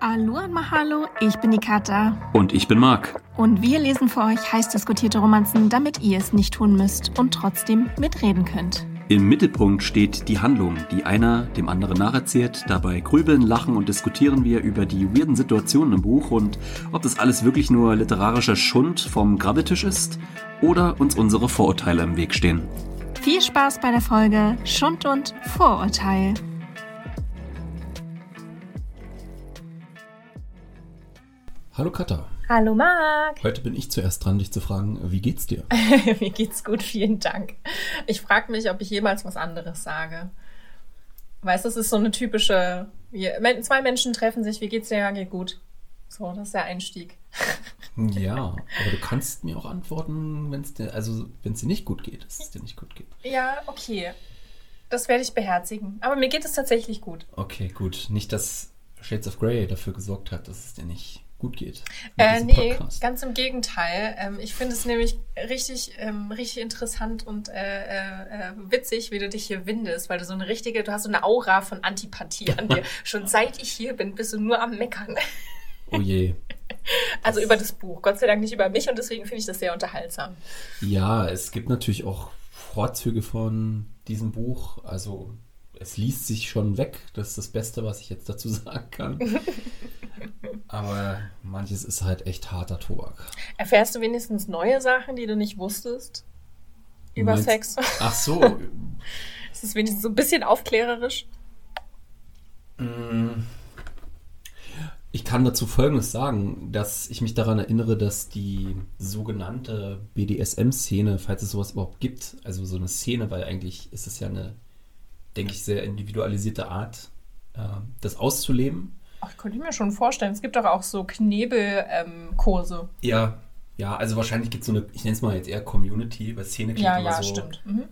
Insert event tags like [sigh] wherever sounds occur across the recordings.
Aloha Mahalo, ich bin die Kata. Und ich bin Marc. Und wir lesen für euch heiß diskutierte Romanzen, damit ihr es nicht tun müsst und trotzdem mitreden könnt. Im Mittelpunkt steht die Handlung, die einer dem anderen nacherzählt. Dabei grübeln, lachen und diskutieren wir über die weirden Situationen im Buch und ob das alles wirklich nur literarischer Schund vom Grabbeltisch ist oder uns unsere Vorurteile im Weg stehen. Viel Spaß bei der Folge Schund und Vorurteil. Hallo Katha. Hallo Marc. Heute bin ich zuerst dran, dich zu fragen, wie geht's dir? [laughs] Mir geht's gut, vielen Dank. Ich frage mich, ob ich jemals was anderes sage. Weißt du, es ist so eine typische, wir- wenn zwei Menschen treffen sich, wie geht's dir? Ja, geht gut. So, das ist der Einstieg. [laughs] Ja, aber du kannst mir auch antworten, wenn es dir, also wenn es dir nicht gut geht, dass es dir nicht gut geht. Ja, okay. Das werde ich beherzigen. Aber mir geht es tatsächlich gut. Okay, gut. Nicht, dass Shades of Grey dafür gesorgt hat, dass es dir nicht gut geht. mit Äh, diesem nee, Podcast. ganz im Gegenteil. Ähm, ich finde es nämlich richtig, ähm, richtig interessant und äh, äh, äh, witzig, wie du dich hier windest, weil du so eine richtige, du hast so eine Aura von Antipathie [laughs] an dir. Schon seit ich hier bin, bist du nur am Meckern. Oh je. Also Das- über das Buch. Gott sei Dank nicht über mich und deswegen finde ich das sehr unterhaltsam. Ja, es gibt natürlich auch Vorzüge von diesem Buch. Also es liest sich schon weg. Das ist das Beste, was ich jetzt dazu [laughs] sagen kann. Aber manches ist halt echt harter Tobak. Erfährst du wenigstens neue Sachen, die du nicht wusstest? Du Über meinst- Sex? [laughs] Ach so. Es ist wenigstens so ein bisschen aufklärerisch. Mm. Ich kann dazu Folgendes sagen, dass ich mich daran erinnere, dass die sogenannte BDSM-Szene, falls es sowas überhaupt gibt, also so eine Szene, weil eigentlich ist es ja eine, denke ich, sehr individualisierte Art, äh, das auszuleben. Ach, könnte ich mir schon vorstellen. Es gibt doch auch so ähm, Knebelkurse. Ja. Ja, also wahrscheinlich gibt es so eine, ich nenne es mal jetzt eher Community, weil Szene klingt ja, immer ja, so. stimmt. Mhm.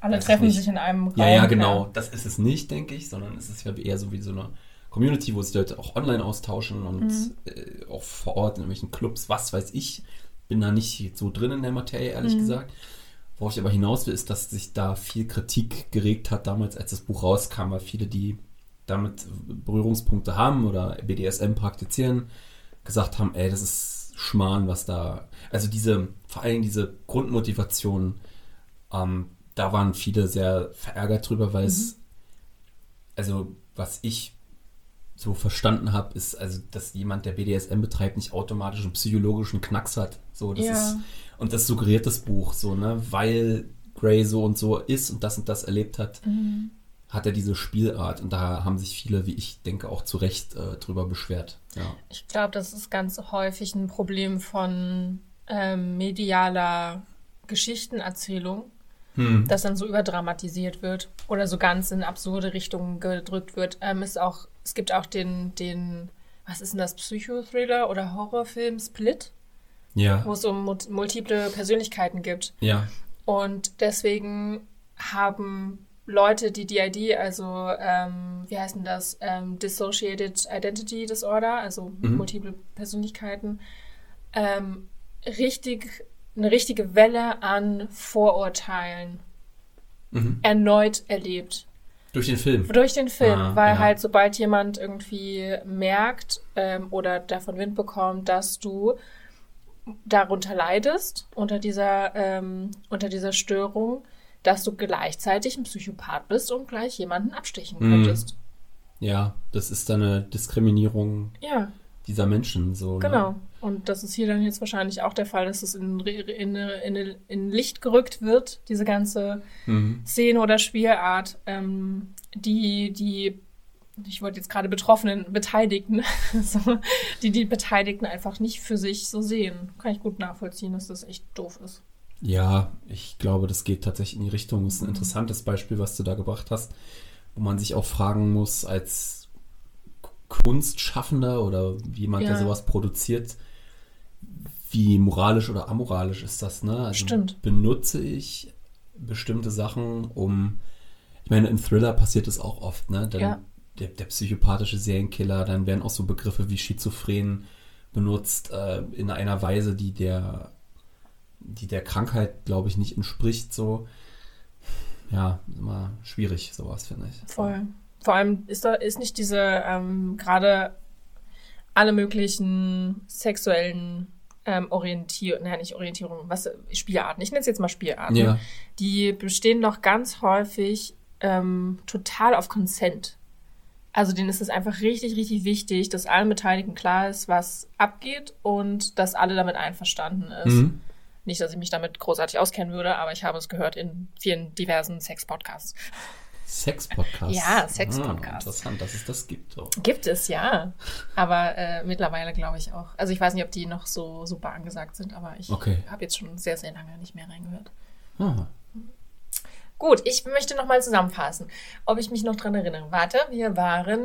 Alle Weiß ich treffen nicht. sich in einem Raum. Ja, ja, genau. Das ist es nicht, denke ich, sondern es ist ja eher so wie so eine Community, wo sich Leute auch online austauschen und Mhm. äh, auch vor Ort in irgendwelchen Clubs, was weiß ich. Bin da nicht so drin in der Materie, ehrlich Mhm. gesagt. Worauf ich aber hinaus will, ist, dass sich da viel Kritik geregt hat damals, als das Buch rauskam, weil viele, die damit Berührungspunkte haben oder BDSM praktizieren, gesagt haben, ey, das ist Schmarrn, was da. Also diese, vor allem diese Grundmotivation, ähm, da waren viele sehr verärgert drüber, weil Mhm. es, also was ich so verstanden habe, ist also, dass jemand, der BDSM betreibt, nicht automatisch einen psychologischen Knacks hat. So, das Ja. ist, und das suggeriert das Buch so, ne? Weil Gray so und so ist und das und das erlebt hat, Mhm. hat er diese Spielart und da haben sich viele, wie ich denke, auch zu Recht äh, drüber beschwert. Ja. Ich glaube, das ist ganz häufig ein Problem von ähm, medialer Geschichtenerzählung. das dann so überdramatisiert wird oder so ganz in absurde Richtungen gedrückt wird. Ähm, ist auch, es gibt auch den, den, was ist denn das, Psychothriller oder Horrorfilm Split, wo Ja. es um mut- multiple Persönlichkeiten gibt. Ja. Und deswegen haben Leute, die DID, also ähm, wie heißt denn das, ähm, Dissociated Identity Disorder, also Mhm. multiple Persönlichkeiten, ähm, richtig, eine richtige Welle an Vorurteilen Mhm. erneut erlebt. Durch den Film. Durch den Film, Ah, weil ja. halt sobald jemand irgendwie merkt ähm, oder davon Wind bekommt, dass du darunter leidest, unter dieser, ähm, unter dieser Störung, dass du gleichzeitig ein Psychopath bist und gleich jemanden abstechen Mhm. könntest. Ja, das ist dann eine Diskriminierung Ja, dieser Menschen. So, genau. Ne? Und das ist hier dann jetzt wahrscheinlich auch der Fall, dass es in, in, in, in Licht gerückt wird, diese ganze Mhm. Szene oder Spielart, ähm, die die, ich wollte jetzt gerade Betroffenen, Beteiligten, [laughs] so, die die Beteiligten einfach nicht für sich so sehen. Kann ich gut nachvollziehen, dass das echt doof ist. Ja, ich glaube, das geht tatsächlich in die Richtung. Das ist ein interessantes Beispiel, was du da gebracht hast, wo man sich auch fragen muss, als K- Kunstschaffender oder jemand, der Ja. sowas produziert, wie moralisch oder amoralisch ist das, ne? Also Stimmt. benutze ich bestimmte Sachen, um. Ich meine, im Thriller passiert es auch oft, ne? Dann Ja. der, der psychopathische Serienkiller, dann werden auch so Begriffe wie Schizophren benutzt, äh, in einer Weise, die der, die der Krankheit, glaube ich, nicht entspricht, so. Ja, ist immer schwierig, sowas, finde ich. Voll. Vor allem ist da ist nicht diese ähm, gerade alle möglichen sexuellen ähm, Orientierung, naja, nicht Orientierung, was, Spielarten. Ich nenne es jetzt mal ne? Spielarten. Ja. Die bestehen doch ganz häufig ähm, total auf Consent. Also denen ist es einfach richtig, richtig wichtig, dass allen Beteiligten klar ist, was abgeht und dass alle damit einverstanden ist. Mhm. Nicht, dass ich mich damit großartig auskennen würde, aber ich habe es gehört in vielen diversen Sex-Podcasts. Sex-Podcast. Ja, Sex-Podcast. Ah, interessant, dass es das gibt. Auch. Gibt es, ja. Aber äh, mittlerweile glaube ich auch. Also ich weiß nicht, ob die noch so super angesagt sind, aber ich Okay. habe jetzt schon sehr, sehr lange nicht mehr reingehört. Ah, Gut, ich möchte nochmal zusammenfassen, ob ich mich noch dran erinnere. Warte, wir waren,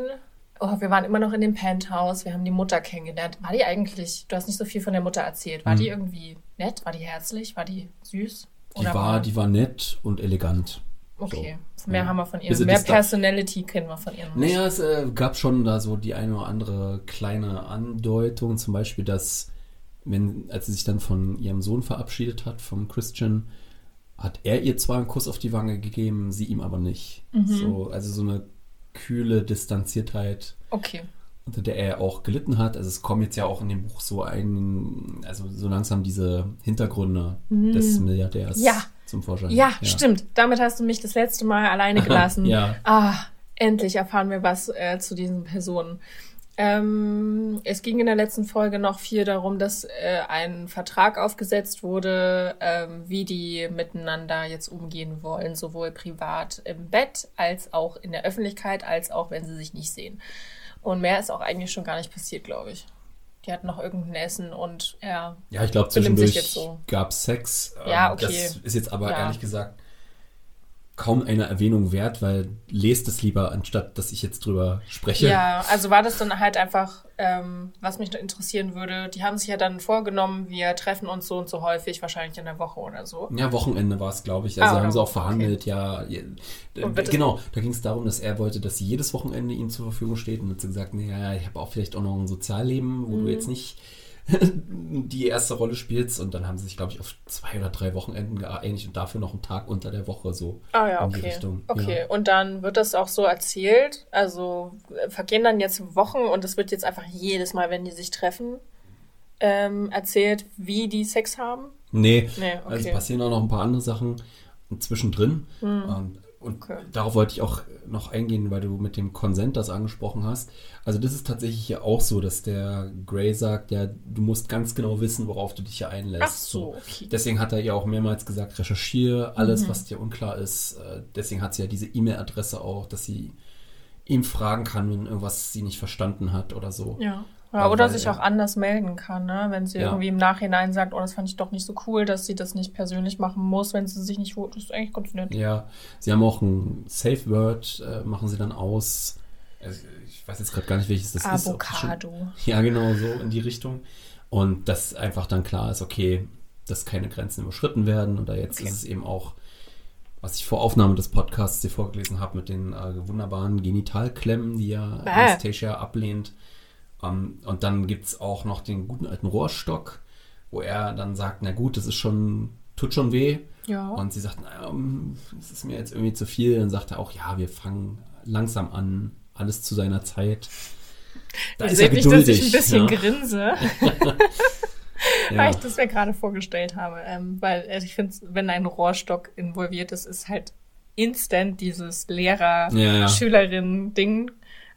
oh, wir waren immer noch in dem Penthouse, wir haben die Mutter kennengelernt. War die eigentlich, du hast nicht so viel von der Mutter erzählt, war Mhm. die irgendwie nett, war die herzlich, war die süß? die, war, die war nett und elegant. Okay, so. mehr Ja. haben wir von ihr, Also mehr das da- Personality kennen wir von ihr noch nicht. Naja, es äh, gab schon da so die eine oder andere kleine Andeutung, zum Beispiel, dass, wenn, als sie sich dann von ihrem Sohn verabschiedet hat, vom Christian, hat er ihr zwar einen Kuss auf die Wange gegeben, sie ihm aber nicht. Mhm. So, also so eine kühle Distanziertheit, Okay, unter der er auch gelitten hat. Also es kommen jetzt ja auch in dem Buch so ein, also so langsam diese Hintergründe des Milliardärs Mhm. Ja. zum Vorschein. ja, stimmt, damit hast du mich das letzte [laughs] Mal alleine gelassen. Ja. Ah, endlich erfahren wir was äh, zu diesen Personen. Ähm, es ging in der letzten Folge noch viel darum, dass äh, ein Vertrag aufgesetzt wurde, ähm, wie die miteinander jetzt umgehen wollen, sowohl privat im Bett als auch in der Öffentlichkeit, als auch wenn sie sich nicht sehen. Und mehr ist auch eigentlich schon gar nicht passiert, glaube ich. Die hatten noch irgendein Essen und er Ja, ich glaube, Benimmt sich zwischendurch jetzt so. gab es Sex. Ähm, Ja, okay. Das ist jetzt aber Ja. ehrlich gesagt kaum einer Erwähnung wert, weil lest es lieber, anstatt dass ich jetzt drüber spreche. Ja, also war das dann halt einfach, ähm, was mich noch interessieren würde, die haben sich ja dann vorgenommen, wir treffen uns so und so häufig, wahrscheinlich in der Woche oder so. Ja, Wochenende war es, glaube ich. Also Ah, haben oder- sie auch verhandelt, ja. je- Und äh, wird- Genau, da ging es darum, dass er wollte, dass jedes Wochenende ihm zur Verfügung steht. Und hat sie gesagt, naja, ich habe auch vielleicht auch noch ein Sozialleben, Mhm. wo du jetzt nicht [laughs] die erste Rolle spielst. Und dann haben sie sich, glaube ich, auf zwei oder drei Wochenenden geeinigt und dafür noch einen Tag unter der Woche so Ah ja, in die okay. Richtung. Okay, Ja. und dann wird das auch so erzählt. Also äh, vergehen dann jetzt Wochen und es wird jetzt einfach jedes Mal, wenn die sich treffen, ähm, erzählt, wie die Sex haben. Nee, Nee, okay. Hm. also passieren auch noch ein paar andere Sachen zwischendrin. Ähm, Und Okay. darauf wollte ich auch noch eingehen, weil du mit dem Konsent das angesprochen hast. Also das ist tatsächlich ja auch so, dass der Gray sagt, ja, du musst ganz genau wissen, worauf du dich hier einlässt. Ach so, okay. Mhm. Deswegen hat er ja auch mehrmals gesagt, recherchiere alles, was dir unklar ist. Äh, Deswegen hat sie ja diese E-Mail-Adresse auch, dass sie ihm fragen kann, wenn irgendwas sie nicht verstanden hat oder so. Ja. Ja, Also oder weil- äh, sich auch anders melden kann, ne? wenn sie Ja. irgendwie im Nachhinein sagt, oh, das fand ich doch nicht so cool, dass sie das nicht persönlich machen muss, wenn sie sich nicht wohl. Das ist eigentlich ganz nett. Ja, sie haben auch ein Safe Word, äh, machen sie dann aus. Also, ich weiß jetzt gerade gar nicht, welches das ist. ob das schon- Avocado. Ja, genau, so in die Richtung. Und dass einfach dann klar ist, okay, dass keine Grenzen überschritten werden. Oder jetzt Okay. ist es eben auch, was ich vor Aufnahme des Podcasts dir vorgelesen habe, mit den äh, wunderbaren Genitalklemmen, die ja Bäh. Anastasia ablehnt. Ähm, und dann gibt es auch noch den guten alten Rohrstock, wo er dann sagt, na gut, das ist schon, tut schon weh. Ja. Und sie sagt, naja, ähm, es ist mir jetzt irgendwie zu viel. Dann sagt er auch, ja, wir fangen langsam an, alles zu seiner Zeit. Da Ihr ist er seht nicht, dass ich ein geduldig, bisschen ja. grinse, weil [laughs] Ja. ich das mir gerade vorgestellt habe. Ähm, weil also ich finde, wenn ein Rohrstock involviert ist, ist halt instant dieses Ja, ja. Lehrer-Schülerin-Ding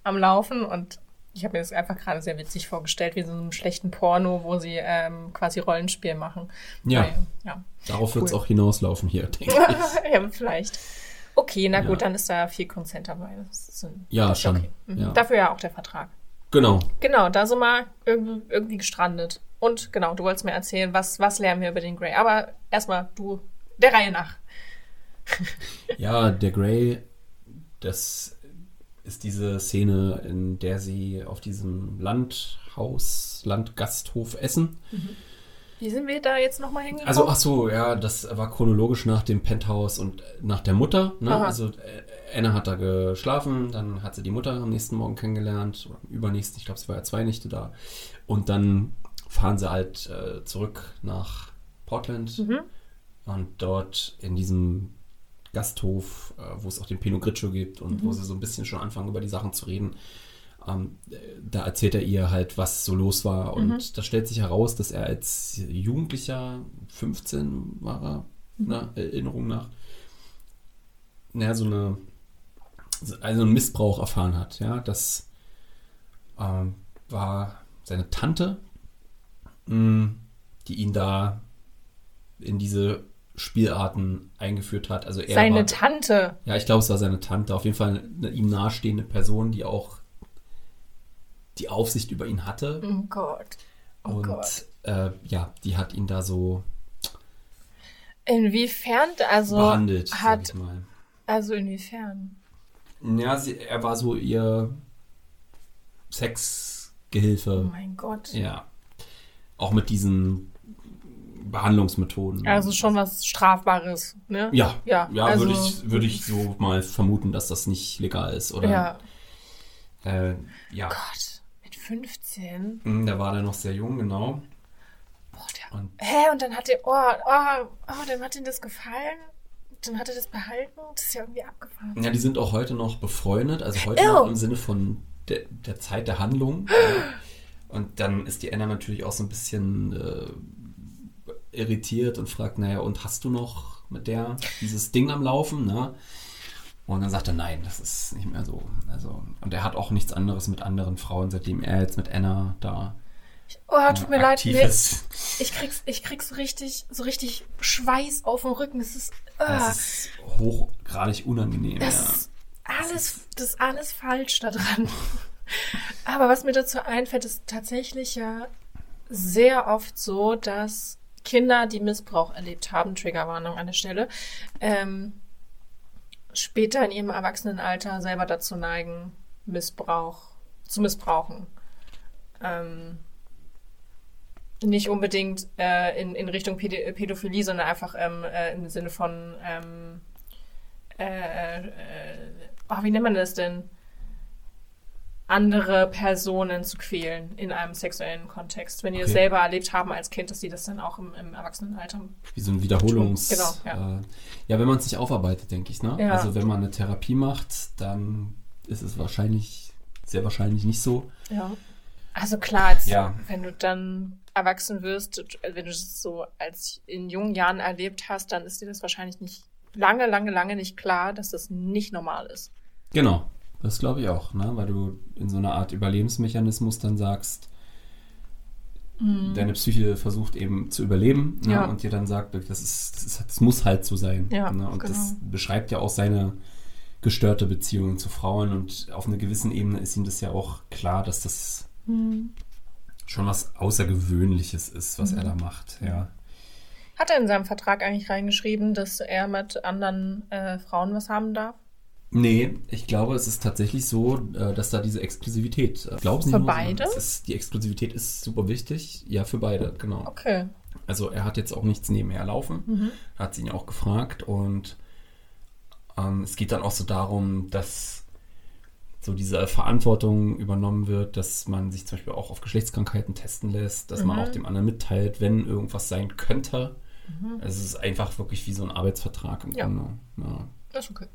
am Laufen und ich habe mir das einfach gerade sehr witzig vorgestellt, wie in so einem schlechten Porno, wo sie ähm, quasi Rollenspiel machen. Ja. Weil, ja. [laughs] Darauf wird es Cool. auch hinauslaufen hier, denke ich. ja, vielleicht. Okay, na gut, Ja. dann ist da viel Consent dabei. Das ist, Ja, das ist schon. okay. Mhm. Ja. Dafür ja auch der Vertrag. Genau. Genau, da sind wir irgendwie, irgendwie gestrandet. Und genau, du wolltest mir erzählen, was, was lernen wir über den Grey. Aber erstmal du, der Reihe nach. Ja, der Grey, das ist diese Szene, in der sie auf diesem Landhaus, Landgasthof essen. Wie sind wir da jetzt nochmal hingekommen? Also, ach so, ja, das war chronologisch nach dem Penthouse und nach der Mutter. Ne? Aha. Also, äh, Anna hat da geschlafen, dann hat sie die Mutter am nächsten Morgen kennengelernt, oder am übernächsten, ich glaube, sie war ja zwei Nächte da. Und dann fahren sie halt äh, zurück nach Portland Mhm. und dort in diesem Mhm. Gasthof, äh, wo es auch den Pinot Grigio gibt und wo sie so ein bisschen schon anfangen, über die Sachen zu reden. Ähm, da erzählt er ihr halt, was so los war. Und Mhm. da stellt sich heraus, dass er als Jugendlicher, 15 war er, Mhm. na, Erinnerung nach, naja, so eine, also einen Missbrauch erfahren hat. Ja, das ähm, war seine Tante, mh, die ihn da in diese Spielarten eingeführt hat. Also er Seine war, Tante. ja, ich glaube, es war seine Tante. Auf jeden Fall eine ihm nahestehende Person, die auch die Aufsicht über ihn hatte. Oh Gott. Oh und Gott. Äh, ja, die hat ihn da so Inwiefern, also behandelt, sag hat, ich mal. also inwiefern? Ja, sie, er war so ihr Oh Sexgehilfe. mein Gott. Ja. Auch mit diesen Behandlungsmethoden. Also schon was Strafbares, ne? Ja, ja, Ja, also- würde ich, würde ich so mal vermuten, dass das nicht legal ist, oder? Ja. Äh, ja. Gott, mit 15? Mm, Da war er noch sehr jung, genau. Boah, der, Und hä, und dann hat der, oh, oh, oh, dann hat ihm das gefallen? Dann hat er das behalten? Das ist ja irgendwie abgefahren. ja, die sind auch heute noch befreundet, also heute Ew. noch im Sinne von der, der Zeit der Handlung. Ja. Und dann ist die Anna natürlich auch so ein bisschen äh, irritiert und fragt, naja, und hast du noch mit der dieses Ding am Laufen? Ne? Und dann sagt er, nein, das ist nicht mehr so. Also, und er hat auch nichts anderes mit anderen Frauen, seitdem er jetzt mit Anna da Oh, tut mir äh, leid, aktiv mir, ist. ich krieg's, ich krieg's so richtig, so richtig Schweiß auf dem Rücken. Das ist, ah, Das ist hochgradig unangenehm. das ja. ist alles, das ist alles falsch da dran. [laughs] Aber was mir dazu einfällt, ist tatsächlich ja sehr oft so, dass Kinder, die Missbrauch erlebt haben, Triggerwarnung an der Stelle, ähm, später in ihrem Erwachsenenalter selber dazu neigen, Missbrauch zu missbrauchen. Ähm, nicht unbedingt äh, in, in Richtung Päd Pädophilie, sondern einfach ähm, äh, im Sinne von, ähm, äh, äh, oh, wie nennt man das denn? Andere Personen zu quälen in einem sexuellen Kontext. Wenn die das Okay. selber erlebt haben als Kind, dass die das dann auch im, im Erwachsenenalter. Wie so ein Wiederholungs... Genau, ja. ja. Äh, ja, wenn man es nicht aufarbeitet, denke ich. Ne? Ja. Also wenn man eine Therapie macht, dann ist es wahrscheinlich, sehr wahrscheinlich nicht so. Ja. Also klar, als, Ja. wenn du dann erwachsen wirst, wenn du es so als in jungen Jahren erlebt hast, dann ist dir das wahrscheinlich nicht lange, lange, lange nicht klar, dass das nicht normal ist. Genau, das glaube ich auch. Ne? Weil du in so einer Art Überlebensmechanismus dann sagst, deine Psyche versucht eben zu überleben ne? Hm. Ja. und dir dann sagt, das, ist, das, ist, das muss halt so sein. Ja, ne? Und das genau. beschreibt ja auch seine gestörte Beziehung zu Frauen und auf einer gewissen Ebene ist ihm das ja auch klar, dass das Hm. schon was Außergewöhnliches ist, was Mhm. er da macht. Ja. Hat er in seinem Vertrag eigentlich reingeschrieben, dass er mit anderen äh, Frauen was haben darf? Nee, ich glaube, es ist tatsächlich so, äh, dass da diese Exklusivität. äh, Ich glaube es nicht Für nur, sondern beide? Es ist, die Exklusivität ist super wichtig. Ja, für beide, genau. Okay. Also er hat jetzt auch nichts nebenher laufen, Mhm. hat sie ihn auch gefragt und ähm, es geht dann auch so darum, dass so diese Verantwortung übernommen wird, dass man sich zum Beispiel auch auf Geschlechtskrankheiten testen lässt, dass man Mhm. auch dem anderen mitteilt, wenn irgendwas sein könnte. Also es ist einfach wirklich wie so ein Arbeitsvertrag im Mhm. Ja. Grunde. Ja. Das ist okay.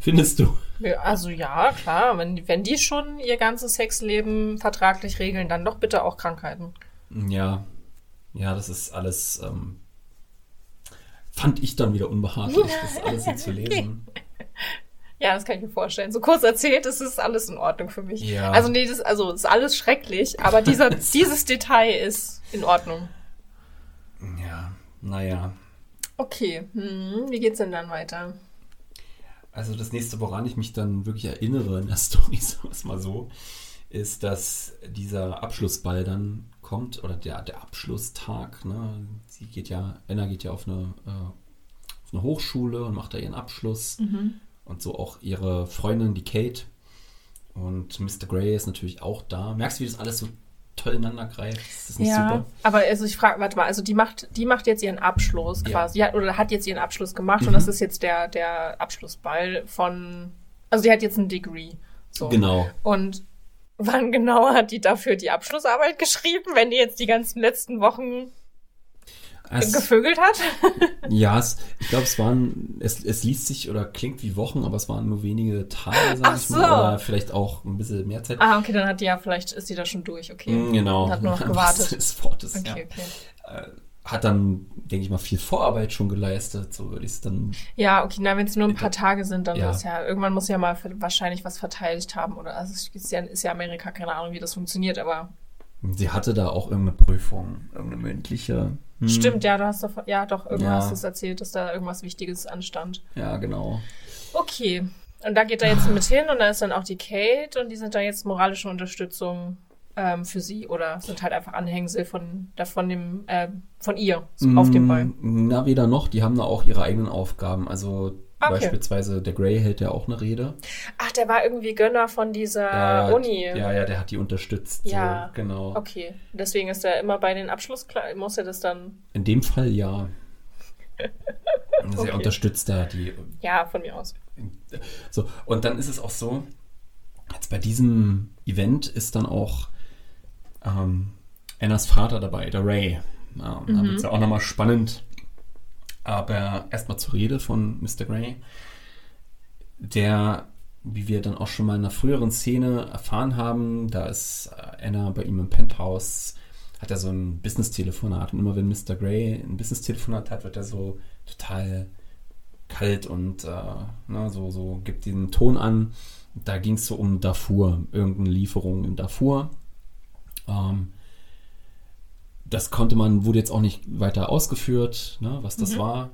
Findest du? Ja, also ja, klar. Wenn, wenn die schon ihr ganzes Sexleben vertraglich regeln, dann doch bitte auch Krankheiten. Ja, ja, das ist alles, ähm, fand ich dann wieder unbehaglich, das alles so zu lesen. Ja, das kann ich mir vorstellen. So kurz erzählt, es ist alles in Ordnung für mich. Ja. Also nee, das also ist alles schrecklich, [laughs] aber dieser, dieses Detail ist in Ordnung. Ja, naja. Okay, hm, wie geht's denn dann weiter? Also das nächste, woran ich mich dann wirklich erinnere in der [laughs] Story, sagen wir es mal so, ist, dass dieser Abschlussball dann kommt oder der, der Abschlusstag. Ne? Sie geht ja, Anna geht ja auf eine, äh, auf eine Hochschule und macht da ihren Abschluss. Und so auch ihre Freundin, die Kate. Und Mr. Grey ist natürlich auch da. Merkst du, wie das alles so toll ineinander greift? Ist das nicht super? aber also ich frage, warte mal, also die macht, die macht jetzt ihren Abschluss Ja. quasi, ja. oder hat jetzt ihren Abschluss gemacht Mhm. und das ist jetzt der, der Abschlussball von, also die hat jetzt ein Degree. So. Genau. Und wann genau hat die dafür die Abschlussarbeit geschrieben, wenn die jetzt die ganzen letzten Wochen Es- gevögelt hat. Ja, es, ich glaube, es waren, es, es liest sich oder klingt wie Wochen, aber es waren nur wenige Tage, sag Ach ich so. mal, oder vielleicht auch ein bisschen mehr Zeit. Ah, okay, dann hat die ja, vielleicht ist die da schon durch, okay. Mm, Genau. Hat nur [laughs] noch Im wahrsten Sinne gewartet. des Wortes, ja. Äh, Okay, okay. Hat dann, denke ich mal, viel Vorarbeit schon geleistet, so würde ich es dann. Ja, okay, na, wenn es nur ein paar Tage sind, dann Ja. ist ja, irgendwann muss ja mal ver- wahrscheinlich was verteidigt haben oder, also es ist ja, ist ja Amerika, keine Ahnung, wie das funktioniert, aber Sie hatte da auch irgendeine Prüfung, irgendeine mündliche. Hm. stimmt, ja, du hast doch, ja, doch, irgendwann Ja. hast du es erzählt, dass da irgendwas Wichtiges anstand. Ja, genau. Okay, und da geht er jetzt mit hin und da ist dann auch die Kate und die sind da jetzt moralische Unterstützung ähm, für sie oder sind halt einfach Anhängsel von, da von dem, äh, von ihr so auf dem Ball. Mm, Na, weder noch, die haben da auch ihre eigenen Aufgaben. Also Ah, Okay. beispielsweise der Grey hält ja auch eine Rede. Ach, der war irgendwie Gönner von dieser ja, ja, Ah, Uni. Ja, ja, der hat die unterstützt. Ja. So, genau. Okay, deswegen ist er immer bei den Abschlusskla muss er das dann, In dem Fall ja. Sehr Okay. unterstützt da die. ja, von mir aus. So, und dann ist es auch so, jetzt bei diesem Event ist dann auch ähm, Annas Vater dabei, der Ray. Ja, und Da wird es ja auch nochmal spannend. Aber erstmal zur Rede von Mr. Gray, der, wie wir dann auch schon mal in einer früheren Szene erfahren haben, da ist äh, Anna bei ihm im Penthouse, hat er so ein Business-Telefonat. Und immer wenn Mr. Gray ein Business-Telefonat hat, wird er so total kalt und äh, ne, so, so gibt den Ton an. Da ging es so um Darfur, irgendeine Lieferung in Darfur. Ähm, das konnte man, wurde jetzt auch nicht weiter ausgeführt, ne, was das war.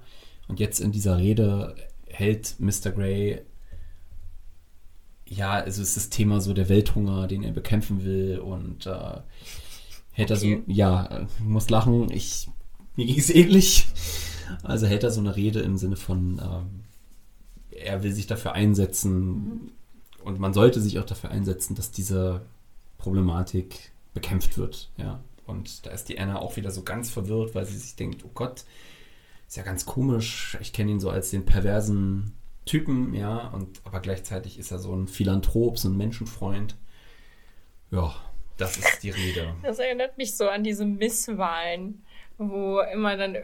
Und jetzt in dieser Rede hält Mr. Gray, ja, also es ist das Thema so der Welthunger, den er bekämpfen will und äh, hält er Okay. so, ja, äh, muss lachen, ich, mir ging es ähnlich. Also hält er so eine Rede im Sinne von, ähm, er will sich dafür einsetzen und man sollte sich auch dafür einsetzen, dass diese Problematik bekämpft wird. Ja? Und da ist die Anna auch wieder so ganz verwirrt, weil sie sich denkt, oh Gott, ist ja ganz komisch, ich kenne ihn so als den perversen Typen, ja, und aber gleichzeitig ist er so ein Philanthrop, so ein Menschenfreund. Ja, das ist die Rede. Das erinnert mich so an diese Misswahlen, wo immer dann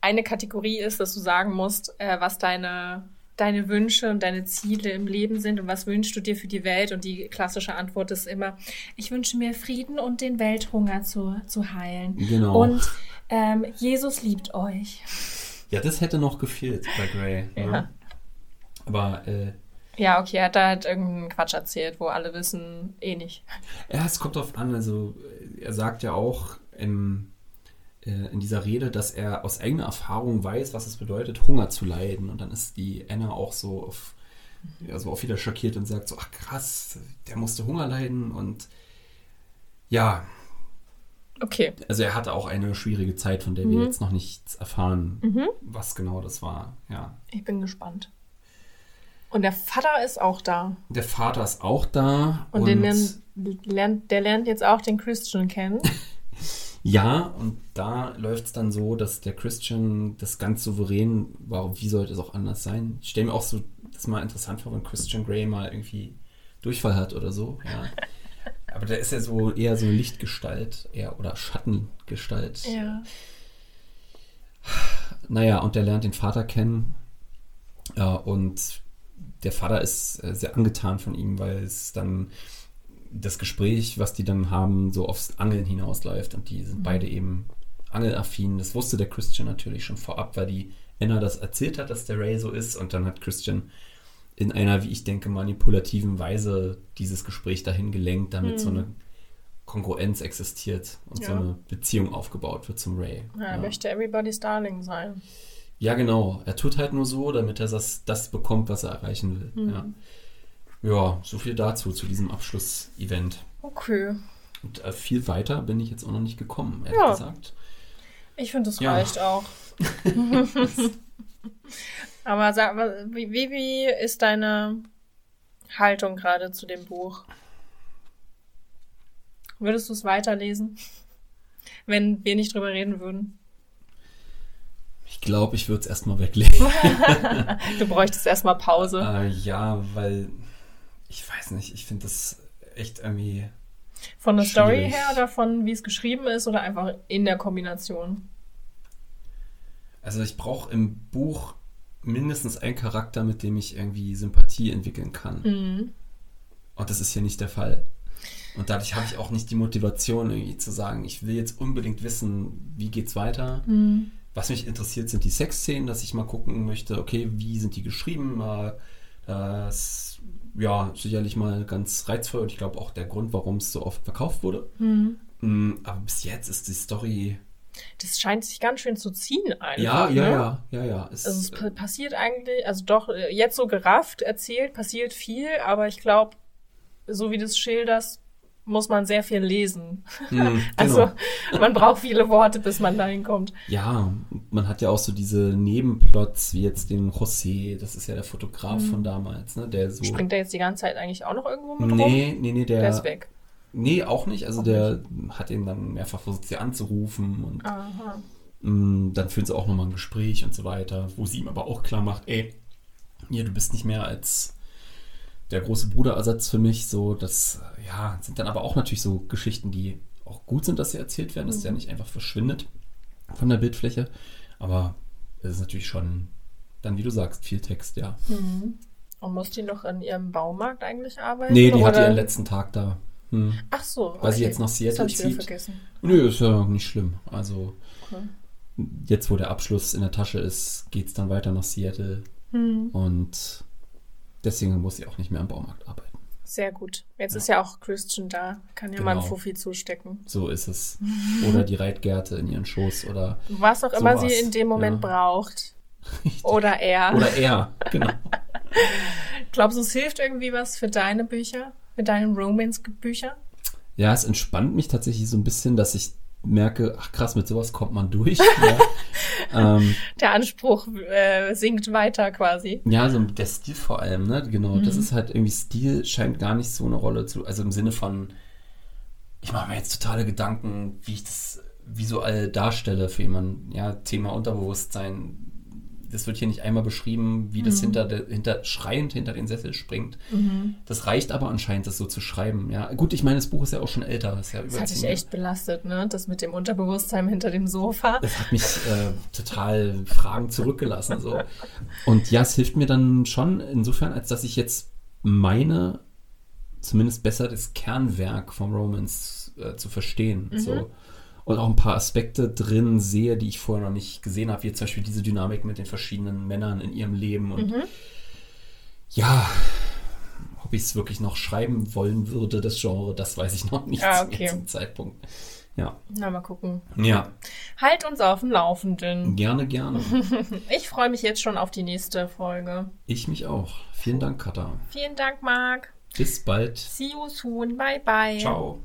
eine Kategorie ist, dass du sagen musst, äh, was deine, deine Wünsche und deine Ziele im Leben sind und was wünschst du dir für die Welt. Und die klassische Antwort ist immer, ich wünsche mir Frieden und den Welthunger zu, zu heilen. Genau. Und ähm, Jesus liebt euch. Ja, das hätte noch gefehlt bei Grey. Ja. Ne? Aber äh, Ja, okay, er hat da halt irgendeinen Quatsch erzählt, wo alle wissen, eh nicht. Ja, es kommt drauf an. Also, äh, er sagt ja auch im, äh, in dieser Rede, dass er aus eigener Erfahrung weiß, was es bedeutet, Hunger zu leiden. Und dann ist die Anna auch so auf, Mhm. also auch wieder schockiert und sagt so: Ach krass, der musste Hunger leiden. Und ja, Okay. also er hatte auch eine schwierige Zeit, von der Mhm. wir jetzt noch nichts erfahren, was genau das war. Ja. Ich bin gespannt. Und der Vater ist auch da. Der Vater ist auch da. Und, den lernt, lernt, der lernt jetzt auch den Christian kennen. Ja, und da läuft es dann so, dass der Christian das ganz souverän war. Wie sollte es auch anders sein? Ich stelle mir auch so das mal interessant vor, wenn Christian Grey mal irgendwie Durchfall hat oder so. Ja. Aber der ist ja so eher so eine Lichtgestalt eher, oder Schattengestalt. ja. Naja, und der lernt den Vater kennen. Äh, und der Vater ist äh, sehr angetan von ihm, weil es dann das Gespräch, was die dann haben, so aufs Angeln hinausläuft. Und die Mhm. sind beide eben angelaffin. Das wusste der Christian natürlich schon vorab, weil die Anna das erzählt hat, dass der Ray so ist. Und dann hat Christian in einer, wie ich denke, manipulativen Weise dieses Gespräch dahin gelenkt, damit so eine Kongruenz existiert und so Mhm. Ja. eine Beziehung aufgebaut wird zum Ray. Ja, Er Ja. möchte Everybody's Darling sein. Ja, genau. Er tut halt nur so, damit er das, das bekommt, was er erreichen Mhm. will. Ja. ja, so viel dazu, zu diesem Abschlussevent. Okay. Und äh, viel weiter bin ich jetzt auch noch nicht gekommen, ehrlich Ja. gesagt. Ich finde, das Ja. reicht [laughs] auch. Aber sag mal, wie, wie, wie ist deine Haltung gerade zu dem Buch? Würdest du es weiterlesen, wenn wir nicht drüber reden würden? Ich glaube, ich würde es erstmal weglegen. Du bräuchtest erstmal Pause. äh, ja, weil ich weiß nicht, ich finde das echt irgendwie. Von der Story schwierig. her oder von wie es geschrieben ist oder einfach in der Kombination? Also ich brauche im Buch mindestens einen Charakter, mit dem ich irgendwie Sympathie entwickeln kann. Mhm. Und Oh, das ist hier nicht der Fall. Und dadurch habe ich auch nicht die Motivation, irgendwie zu sagen, ich will jetzt unbedingt wissen, wie geht's weiter. Mhm. Was mich interessiert, sind die Sexszenen, dass ich mal gucken möchte, okay, wie sind die geschrieben? Mal, Das ja sicherlich mal ganz reizvoll und ich glaube auch der Grund, warum es so oft verkauft wurde. Mhm. Mm, Aber bis jetzt ist die Story. Das scheint sich ganz schön zu ziehen einfach. Ja, ja, ne? ja, ja, ja. Es, Also es pa- passiert eigentlich, also doch, äh, jetzt so gerafft erzählt, passiert viel, aber ich glaube, so wie du es schilderst, muss man sehr viel lesen. mm, genau. [laughs] Also man braucht viele Worte, bis man dahin kommt. Ja, man hat ja auch so diese Nebenplots, wie jetzt den José, das ist ja der Fotograf von damals, ne? Der so. Mhm. Springt er jetzt die ganze Zeit eigentlich auch noch irgendwo mit rum? Nee, nee, nee, der. Der ist weg. Nee, auch nicht. Also Auch der hat ihn dann mehrfach versucht, sie anzurufen und Aha. mm, dann führen sie auch nochmal ein Gespräch und so weiter, wo sie ihm aber auch klar macht, ey, ja, du bist nicht mehr als der große Bruderersatz für mich. So, das, äh, ja, sind dann aber auch natürlich so Geschichten, die auch gut sind, dass sie erzählt werden, dass der nicht einfach verschwindet von der Bildfläche. Aber es ist natürlich schon, dann wie du sagst, viel Text, ja. Mhm. Und muss die noch an ihrem Baumarkt eigentlich arbeiten? Nee, die hat oder? ihren letzten Tag da. Hm. Ach so. Weil sie jetzt nach Seattle Das hab ich wieder zieht. vergessen. Nö, ist ja nicht schlimm. Also Okay. jetzt, wo der Abschluss in der Tasche ist, geht's dann weiter nach Seattle Hm. und deswegen muss sie auch nicht mehr am Baumarkt arbeiten. Sehr gut. Jetzt Ja. ist ja auch Christian da. Kann ja mal ein Genau. Fuffi zustecken. So ist es. Oder die Reitgerte in ihren Schoß oder, Was auch immer Sowas, sie in dem Moment ja. braucht. Oder er. oder er. Genau. Glaubst du, es hilft irgendwie was für deine Bücher? Für deine Romance-Bücher? Ja, es entspannt mich tatsächlich so ein bisschen, dass ich merke, ach krass, mit sowas kommt man durch. [laughs] Ja, ähm, Der Anspruch äh, sinkt weiter quasi. ja so der Stil vor allem, ne? Genau. Das Mhm. ist halt irgendwie Stil scheint gar nicht so eine Rolle zu. Also im Sinne von, ich mache mir jetzt totale Gedanken, wie ich das visuell darstelle für jemanden. Ja, Thema Unterbewusstsein. Das wird hier nicht einmal beschrieben, wie das Mhm. hinter, der, hinter schreiend hinter den Sessel springt. Das reicht aber anscheinend, das so zu schreiben. Ja, gut, ich meine, das Buch ist ja auch schon älter. Ist ja über Das hat dich zehn Jahre- echt belastet, ne? Das mit dem Unterbewusstsein hinter dem Sofa. das hat mich äh, total Fragen zurückgelassen. So. Und ja, es hilft mir dann schon insofern, als dass ich jetzt meine, zumindest besser das Kernwerk vom Romance äh, zu verstehen. Mhm. So. Und auch ein paar Aspekte drin sehe, die ich vorher noch nicht gesehen habe, wie zum Beispiel diese Dynamik mit den verschiedenen Männern in ihrem Leben. Und Mhm. ja, ob ich es wirklich noch schreiben wollen würde, das Genre, das weiß ich noch nicht [laughs] Ah, zum okay. jetzigen Zeitpunkt. Ja. Na, mal gucken. Ja, Halt uns auf dem Laufenden. gerne, Mhm. gerne. Ich freue mich jetzt schon auf die nächste Folge. Ich mich auch. Vielen Dank, Katha. Vielen Dank, Marc. Bis bald. See you soon. Bye, bye. Ciao.